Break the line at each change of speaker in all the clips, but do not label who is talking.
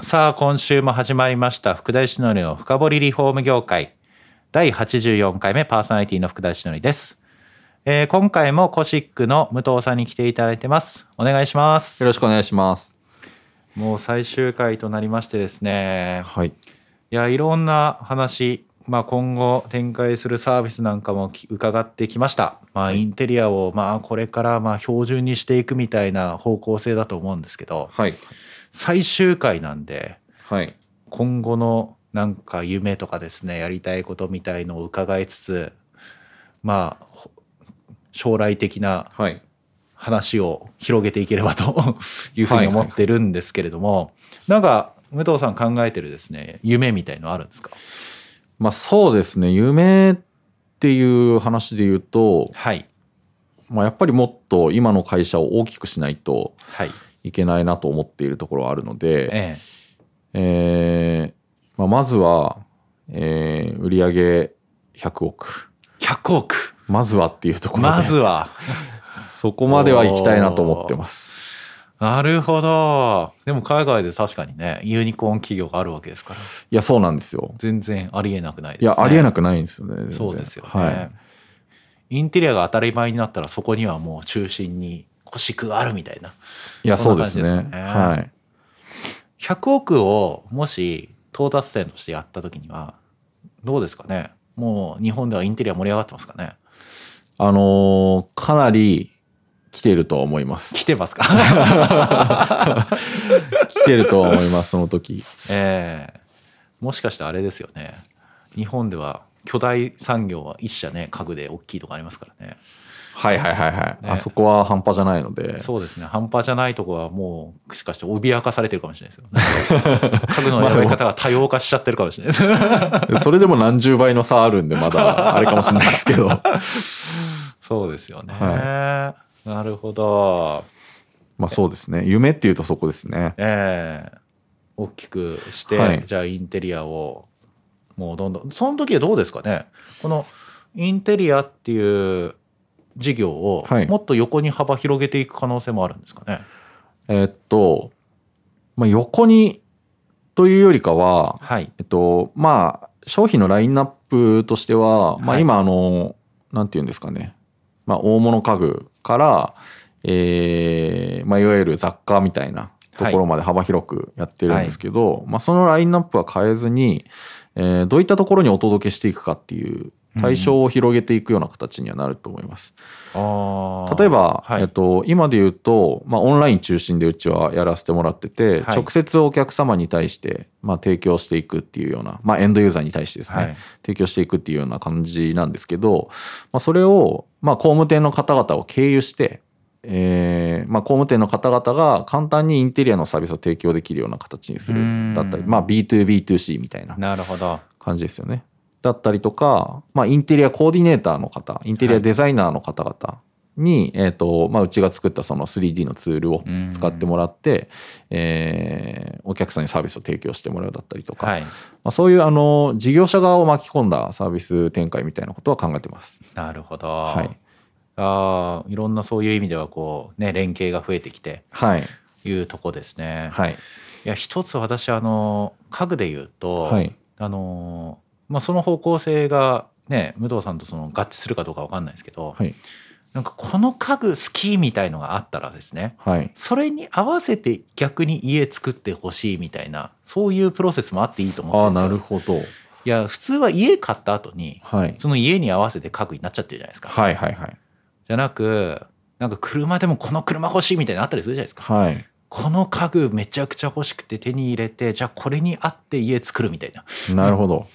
さあ今週も始まりました福田義則の深掘りリフォーム業界第84回目パーソナリティの福田義則です、えー今回もコシックの武藤さんに来ていただいてますお願いします
よろしくお願いします。
もう最終回となりましてですね
はい。
いやいろんな話まあ、今後展開するサービスなんかもき伺ってきました、まあ、インテリアをまあこれからまあ標準にしていくみたいな方向性だと思うんですけど
はい。
最終回なんで
はい。
今後のなんか夢とかですねやりたいことみたいのを伺いつつまあほ将来的な
はい。
話を広げていければと いうふう
は
に
いはい
思ってるんですけれども、なんか武藤さん考えてるですね夢みたいのあるんですか
まあそうですね。夢っていう話で言うと、
はい
まあやっぱりもっと今の会社を大きくしないと
はい
いけないなと思っているところはあるので、
ええ
えーまあ、まずは、えー、売上100億。
100億
まずはっていうところで、
まずは
そこまでは行きたいなと思ってます。
なるほどでも海外で確かにねユニコーン企業があるわけですから
いや、そうなんですよ。
全然ありえなくないです
い
ね
や、ありえなくないんですよね。全然
そうですよね、
はい。
インテリアが当たり前になったらそこにはもう中心に腰くがあるみたいない
や、そうですね。
そんな感じですよね
はい。
100億をもし到達点としてやった時にはどうですかねもう日本ではインテリア盛り上がってますかね
あのーかなり来てると思います。
来てますか
来てると思います、その時。
ええもしかしてあれですよね日本では巨大産業は一社ね家具で大きいとかありますからね
はいはいはいはい。
ね
あそこは半端じゃないの で。
そうですね半端じゃないとこはもうしかして脅かされてるかもしれないです よ家具のやり方が多様化しちゃってるかもしれないです
それでも何十倍の差あるんで、ま だあれかもしれないですけど。
そうですよね。
は
なるほど。
まあそうですね。夢っていうとそこですね。
ええ大きくして、
はい
じゃあインテリアをもうどんどんその時はどうですかねこのインテリアっていう事業を
はい
もっと横に幅広げていく可能性もあるんですかね。
えーっと、まあ横にというよりかは、
はい。
えっと、まあ商品のラインナップとしては、
は
まあ
い
今あの、なんていうんですかね。まあ大物家具から、えーまあ、いわゆる雑貨みたいなところまで幅広くやってるんですけど、まあ、そのラインナップは変えずに、えーどういったところにお届けしていくかっていう対象を広げていくような形にはなると思います。
あー
例えば、
はい
えっと、今で言うと、まあ、オンライン中心でうちはやらせてもらってて、
はい
直接お客様に対して、まあ、提供していくっていうような、まあ、エンドユーザーに対してですね、
はい
提供していくっていうような感じなんですけど、まあ、それを、まあ、工務店の方々を経由して、えーまあ、工務店の方々が簡単にインテリアのサービスを提供できるような形にす
うー
る
ん
だったり、まあ、B2B2C みたいな
なるほど。
感じですよね。だったりとか、まあ、インテリアコーディネーターの方、インテリアデザイナーの方々に、えっ、と、まあ、うちが作ったその 3D のツールを使ってもらって、えーお客さんにサービスを提供してもらうだったりとか、
はい。
まあ、そういう、あの、事業者側を巻き込んだサービス展開みたいなことは考えてます。
なるほど。
はい。
ああ、いろんなそういう意味ではこうね連携が増えてきて
はい。
いうとこですね。
はい。
いや一つ私あの家具で言うと、
はい。
あのまあ、その方向性がね武藤さんとその合致するかどうかわかんないですけど、
はい。
なんかこの家具好きみたいのがあったらですね
はい。
それに合わせて逆に家作ってほしいみたいなそういうプロセスもあっていいと思っ
ああ、
て
な
るん
る
ですよ。
ほど。
いや普通は家買った後に
はい。
その家に合わせて家具になっちゃってるじゃないですか。
はいはいはい。
じゃなくなんか車でもこの車欲しいみたいなのあったりするじゃないですか。
はい。
この家具めちゃくちゃ欲しくて手に入れてじゃあこれに合って家作るみたいな
なるほ ど。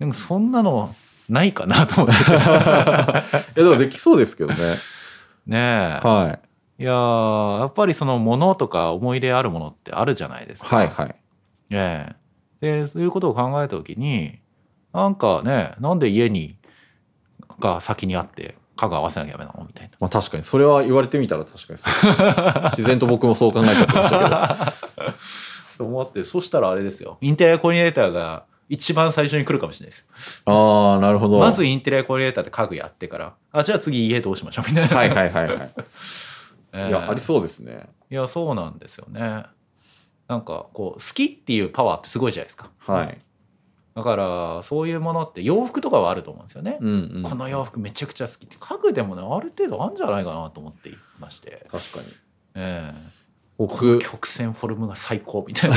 でもそんなのないかなと思 って。
いや、でもできそうですけどね。
ねえ。
はい
やーやっぱりその物とか思い入れあるものってあるじゃないですか。
はいはい。
ええでそういうことを考えた時になんかねなんで家にが先にあって家具合わせなきゃダメなのみたい
まあ確かにそれは言われてみたら確かにそう 自然と僕もそう考えちゃってましたけど
な思ってそしたらあれですよインテリアコーディネーターが一番最初に来るかもしれないです
ああなるほど
まずインテリアコーディネーターで家具やってからあじゃあ次家どうしましょうみたいな、
はいはいはいはい、
ええ
いやありそうですね
いやそうなんですよねなんかこう好きっていうパワーってすごいじゃないですか
はい、
だからそういうものって洋服とかはあると思うんですよね、
うんうん、
この洋服めちゃくちゃ好きって家具でもねある程度あるんじゃないかなと思っていまして、
確かに
ええこの
僕
曲線フォルムが最高みた いな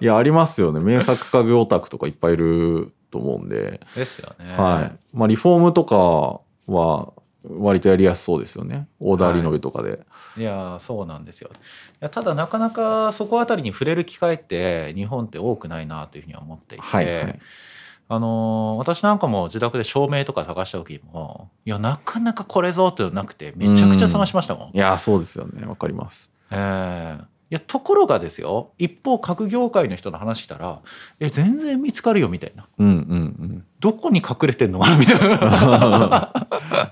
いやありますよね名作家具オタクとかいっぱいいると思うんで、
ですよね
はいまあ、リフォームとかは割とやりやすそうですよねオーダーリノベとかで、
いやーそうなんですよいやただなかなかそこあたりに触れる機会って日本って多くないなというふうには思っていて、
はいはい
あのー私なんかも自宅で照明とか探した時もいやなかなかこれぞっていうのなくてめちゃくちゃ探しましたもん。
いやそうですよねわかります
えーいやところがですよ一方各業界の人の話来たら「え全然見つかるよ」みたいな
うん うん
「どこに隠れてんのかな」み たいな
うん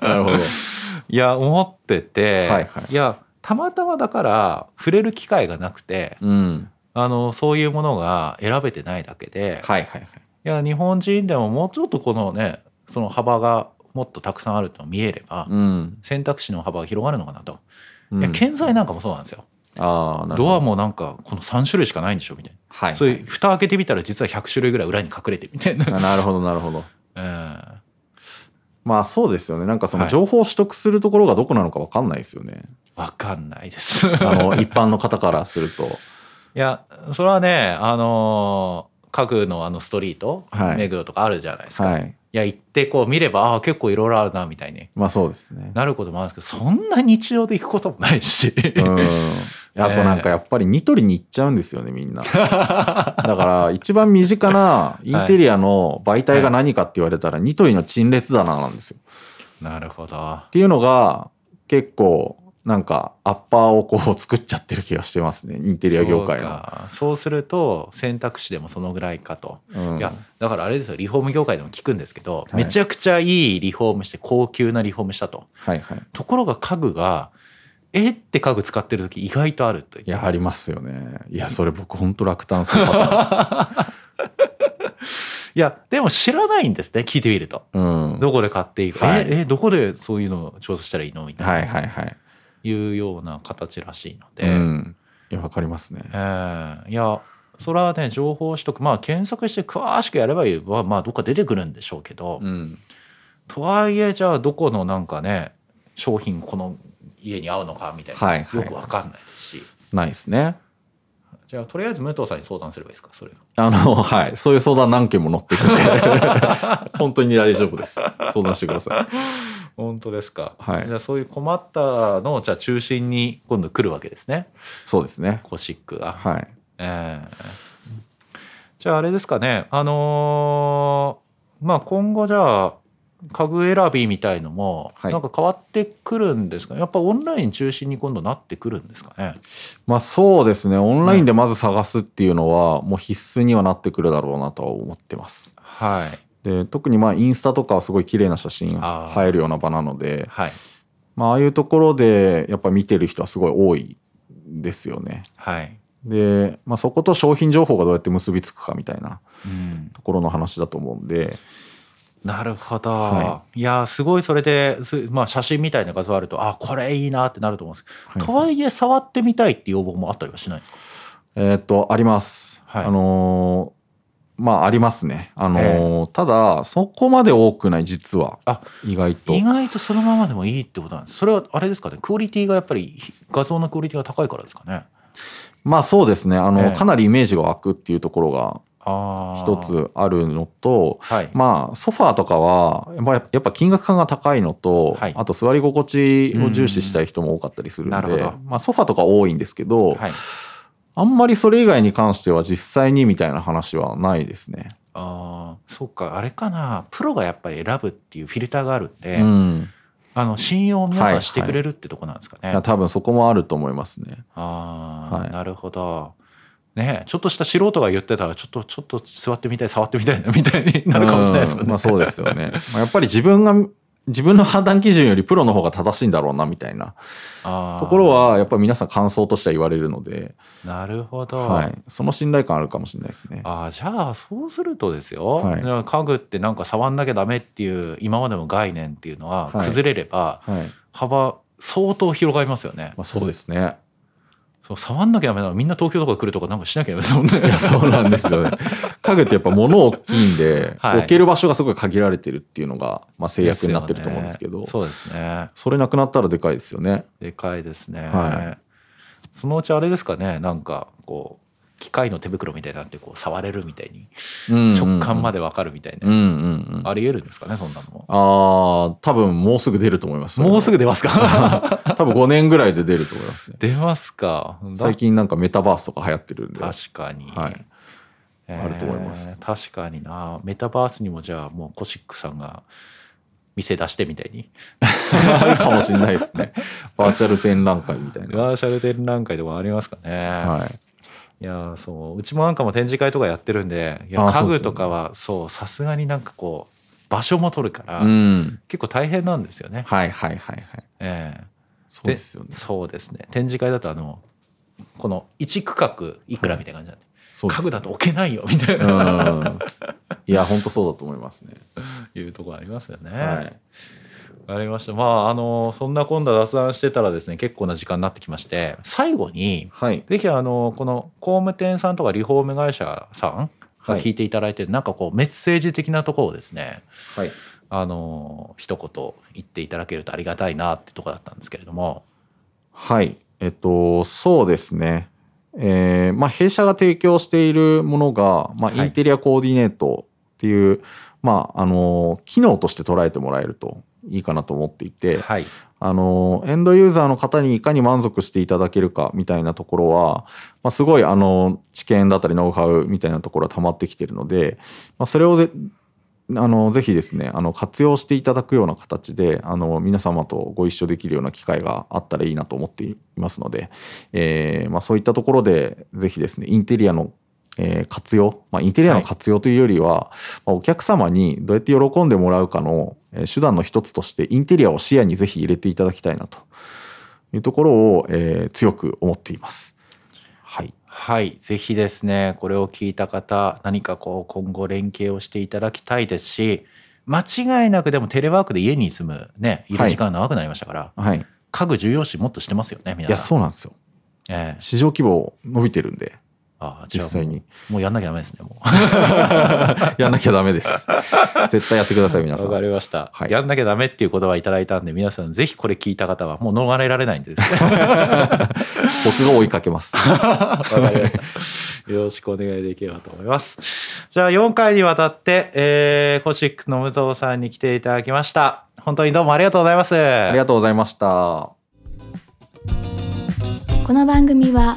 なるほど
いや思ってて、
はいはい
やたまたまだから触れる機会がなくて
うん
あのそういうものが選べてないだけで、
はいはいはい
いや日本人でももうちょっとこのねその幅がもっとたくさんあると見えれば、
うん、
選択肢の幅が広がるのかなと、
うん、
いや建材なんかもそうなんですよ
ああなる
ド
ほど
アもなんかこの3種類しかないんでしょみたいな、
はいは い
そういう蓋開けてみたら実は100種類ぐらい裏に隠れてみたいな、
あなるほどなるほど
うん
まあそうですよねなんかその
はい
情報を取得するところがどこなのかわかんないですよ ね、
わかん ないです
あの一般の方からすると
いやそれはねあのー家具のあのストリート、
はい
目黒とかあるじゃないですか、、
はいい
や行ってこう見ればああ結構いろいろあるなみたいに
まあそうですね
なることもあるんですけどそんな日常で行くこともないし、
うん。あとなんかやっぱりニトリに行っちゃうんですよね、み んな。だから一番身近なインテリアの媒体が何かって言われたら、ニトリの陳列棚なんですよ。っ
なるほど
ていうのが結構なんかアッパーをこう作っちゃってる気がしてますね、インテリア業界
そう
の。
かそうすると選択肢でもそのぐらいかと、
うん
いやだからあれですよリフォーム業界でも聞くんですけど、
は
め
い
ちゃくちゃいいリフォームして高級なリフォームしたと
はいはい。
ところが家具がえって家具使ってる時意外とあるという
いや、ありますよね。いや、それ僕ほんと落胆するパターンです。
いやでも知らないんですね聞いてみると
うん。
どこで買っていいか、
はい
ええどこでそういうのを調査したらいいのみたいな、
はいはいはい。
い、うような形らしいので、
うん。いや、わかりますね。
えーいやそれはね情報取得まあ検索して詳しくやればいいはまあどっか出てくるんでしょうけど、
うん。
とはいえじゃあどこのなんかね商品この家に合うのかみたいな、
はいはい
よくわかんないですし
ないですね。
じゃあとりあえず武藤さんに相談すればいいですかそれ
あの、 はい。そういう相談何件も乗って くんで、本当に大丈夫です。相談してください。
本当ですか、
はい
じゃあそういう困ったのをじゃあ中心に今度来るわけですね
そうですね。
コシックが、
はい。
ええじゃああれですかねあのーまあ今後じゃあ家具選びみたいのも
はい
なんか変わってくるんですかね、やっぱオンライン中心に今度なってくるんですかね
まあそうですね。オンラインでまず探すっていうのは、もう必須にはなってくるだろうなとは思ってます。
はい
で、特にまあインスタとかはすごい綺麗な写真
あー
映えるような場なので、
はい
まあああいうところでやっぱ見てる人はすごい多いですよね。
はい、
で、まあそこと商品情報がどうやって結びつくかみたいな
うん、
ところの話だと思うんで、
なるほど、、
はい
やーすごいそれです、まあ、写真みたいな画像あるとあこれいいなってなると思うんですけど、とはいえ触ってみたいっていう要望もあったりはしないんですか
えーっと、あります。
はい
あのーまあ、ありますね。あのー
え
ただ、そこまで多くない、実は。
あ
意外と。
意外とそのままでもいいってことなんですそれはあれですかねクオリティがやっぱり画像のクオリティが高いからですかね
まあ、そうですね。あの
ええ
かなりイメージが湧くっていうところが
あー
一つあるのと、
はい、
まあ、ソファーとかは、まあ、やっぱ金額感が高いのと、
はい
あと座り心地を重視したい人も多かったりするんで、
うんなるほど
まあ、ソファーとか多いんですけど、
はい、
あんまりそれ以外に関しては実際にみたいな話はないですね。
あーそうかあれかなプロがやっぱり選ぶっていうフィルターがあるんで、
うん。
あの信用を皆
はい
さ
は
ん
い
してくれるってとこなんですかね、
いや多分そこもあると思いますね。
ああ、
はい
なるほど。ね、ちょっとした素人が言ってたらちょっとちょっと座ってみたい触ってみたいなみたいになるかもしれないですよ
うん
ね。
まあそうですよね。まあやっぱり自分が、自分の判断基準よりプロの方が正しいんだろうなみたいな
あー
ところは、やっぱり皆さん感想としては言われるので、
なるほど、
はい。その信頼感あるかもしれないですね。
あーじゃあそうするとですよ、
は
だ
い
から家具ってなんか触んなきゃダメっていう今までの概念っていうのは
はい
崩れれば
はい。
幅相当広がりますよね、
まあそうですね。
そう触んなきゃダメなのみんな東京とか来るとかなんかしなきゃダメですもんね。
いや、そうなんですよね。家具ってやっぱ物大きいんで、
はい
置ける場所がすごい限られてるっていうのが、まあ制約になってると思うんですけど、
よねそうですね
それなくなったらでかいですよね。
でかいですね、
は
そのうちあれですかねなんかこう機械の手袋みたいになってこう触れるみたいに食感ま
で。
でわかるみたいな、
うんうんうん。
ありえるんですかねそんなのも
あー多分もうすぐ出ると思います。
もうすぐ出ますか
多分5年ぐらいで出ると思いますね。
出ますか
最近なんかメタバースとか流行ってるんで。
確かに、
はい。
え
あると思います
確かになメタバースにもじゃあもうコシックさんが店出してみたいに
あるかもしれないです ね。バーチャル展覧会みたいな。
バーチャル展覧会とかありますかね、
はい。
いやーそううちもなんかも展示会とかやってるんでいや
あー
家
そうで
具
すよ
と
ね
かはそうさすがになんかこう場所も取るから、
うん。
結構大変なんですよね。
はいはいはいはい。
ええ
そうですよね。
そうですね展示会だとあのこの1区画いくらみたいな感じなんで、
そうです
家具だと置けないよみたいな、
うん。いや、本当そうだと思いますね。
いうところありますよね。
はい。
わかりました。まあ、あの、そんな今度は雑談してたらですね、結構な時間になってきまして、最後に、
はい。
ぜひ、あの、この工務店さんとかリフォーム会社さんが聞いていただいてる、なんかこう、メッセージ的なところをですね、
はい。
あの、一言言っていただけるとありがたいなってところだったんですけれども、
はい。えっと、そうですね。えーまあ、弊社が提供しているものが、まあ、
はい
インテリアコーディネートっていう、まあ、あの、機能として捉えてもらえるといいかなと思っていて、
はい。
あの、エンドユーザーの方にいかに満足していただけるかみたいなところは、まあ、すごい、あの、知見だったりノウハウみたいなところは溜まってきてるので、まあ、それをぜ、あの、ぜひですね、あの、活用していただくような形で、あの、皆様とご一緒できるような機会があったらいいなと思っていますので、えーまあ、そういったところで、ぜひですね、インテリアのえー活用、まあ、インテリアの活用というよりは、まあお客様にどうやって喜んでもらうかのえー手段の一つとしてインテリアを視野にぜひ入れていただきたいなというところを、えー強く思っています。はい、
はい、ぜひですね、これを聞いた方、何かこう、今後連携をしていただきたいですし、間違いなくでもテレワークで家に住むね、いる時間長くなりましたから、
はい、い
家具重要視もっとしてますよね、皆さん。
やそうなんですよ
ええ
市場規模伸びてるんで
ああ、じゃ
実
あ
際に
もうやんなきゃダメですね、も
やんなきゃダメです絶対やってください皆さ
う。
んは
りました
はい
やんなきゃダメっていう言葉いただいたんで、皆さんぜひこれ聞いた方はもう逃れられないんでですね。
僕が追いかけま す
わかりました。 よろしくお願いできればと思います。じゃあ4回にわたって、えー、コシックスの武藤さんに来ていただきました。本当にどうもありがとうございます。
ありがとうございました
この番組は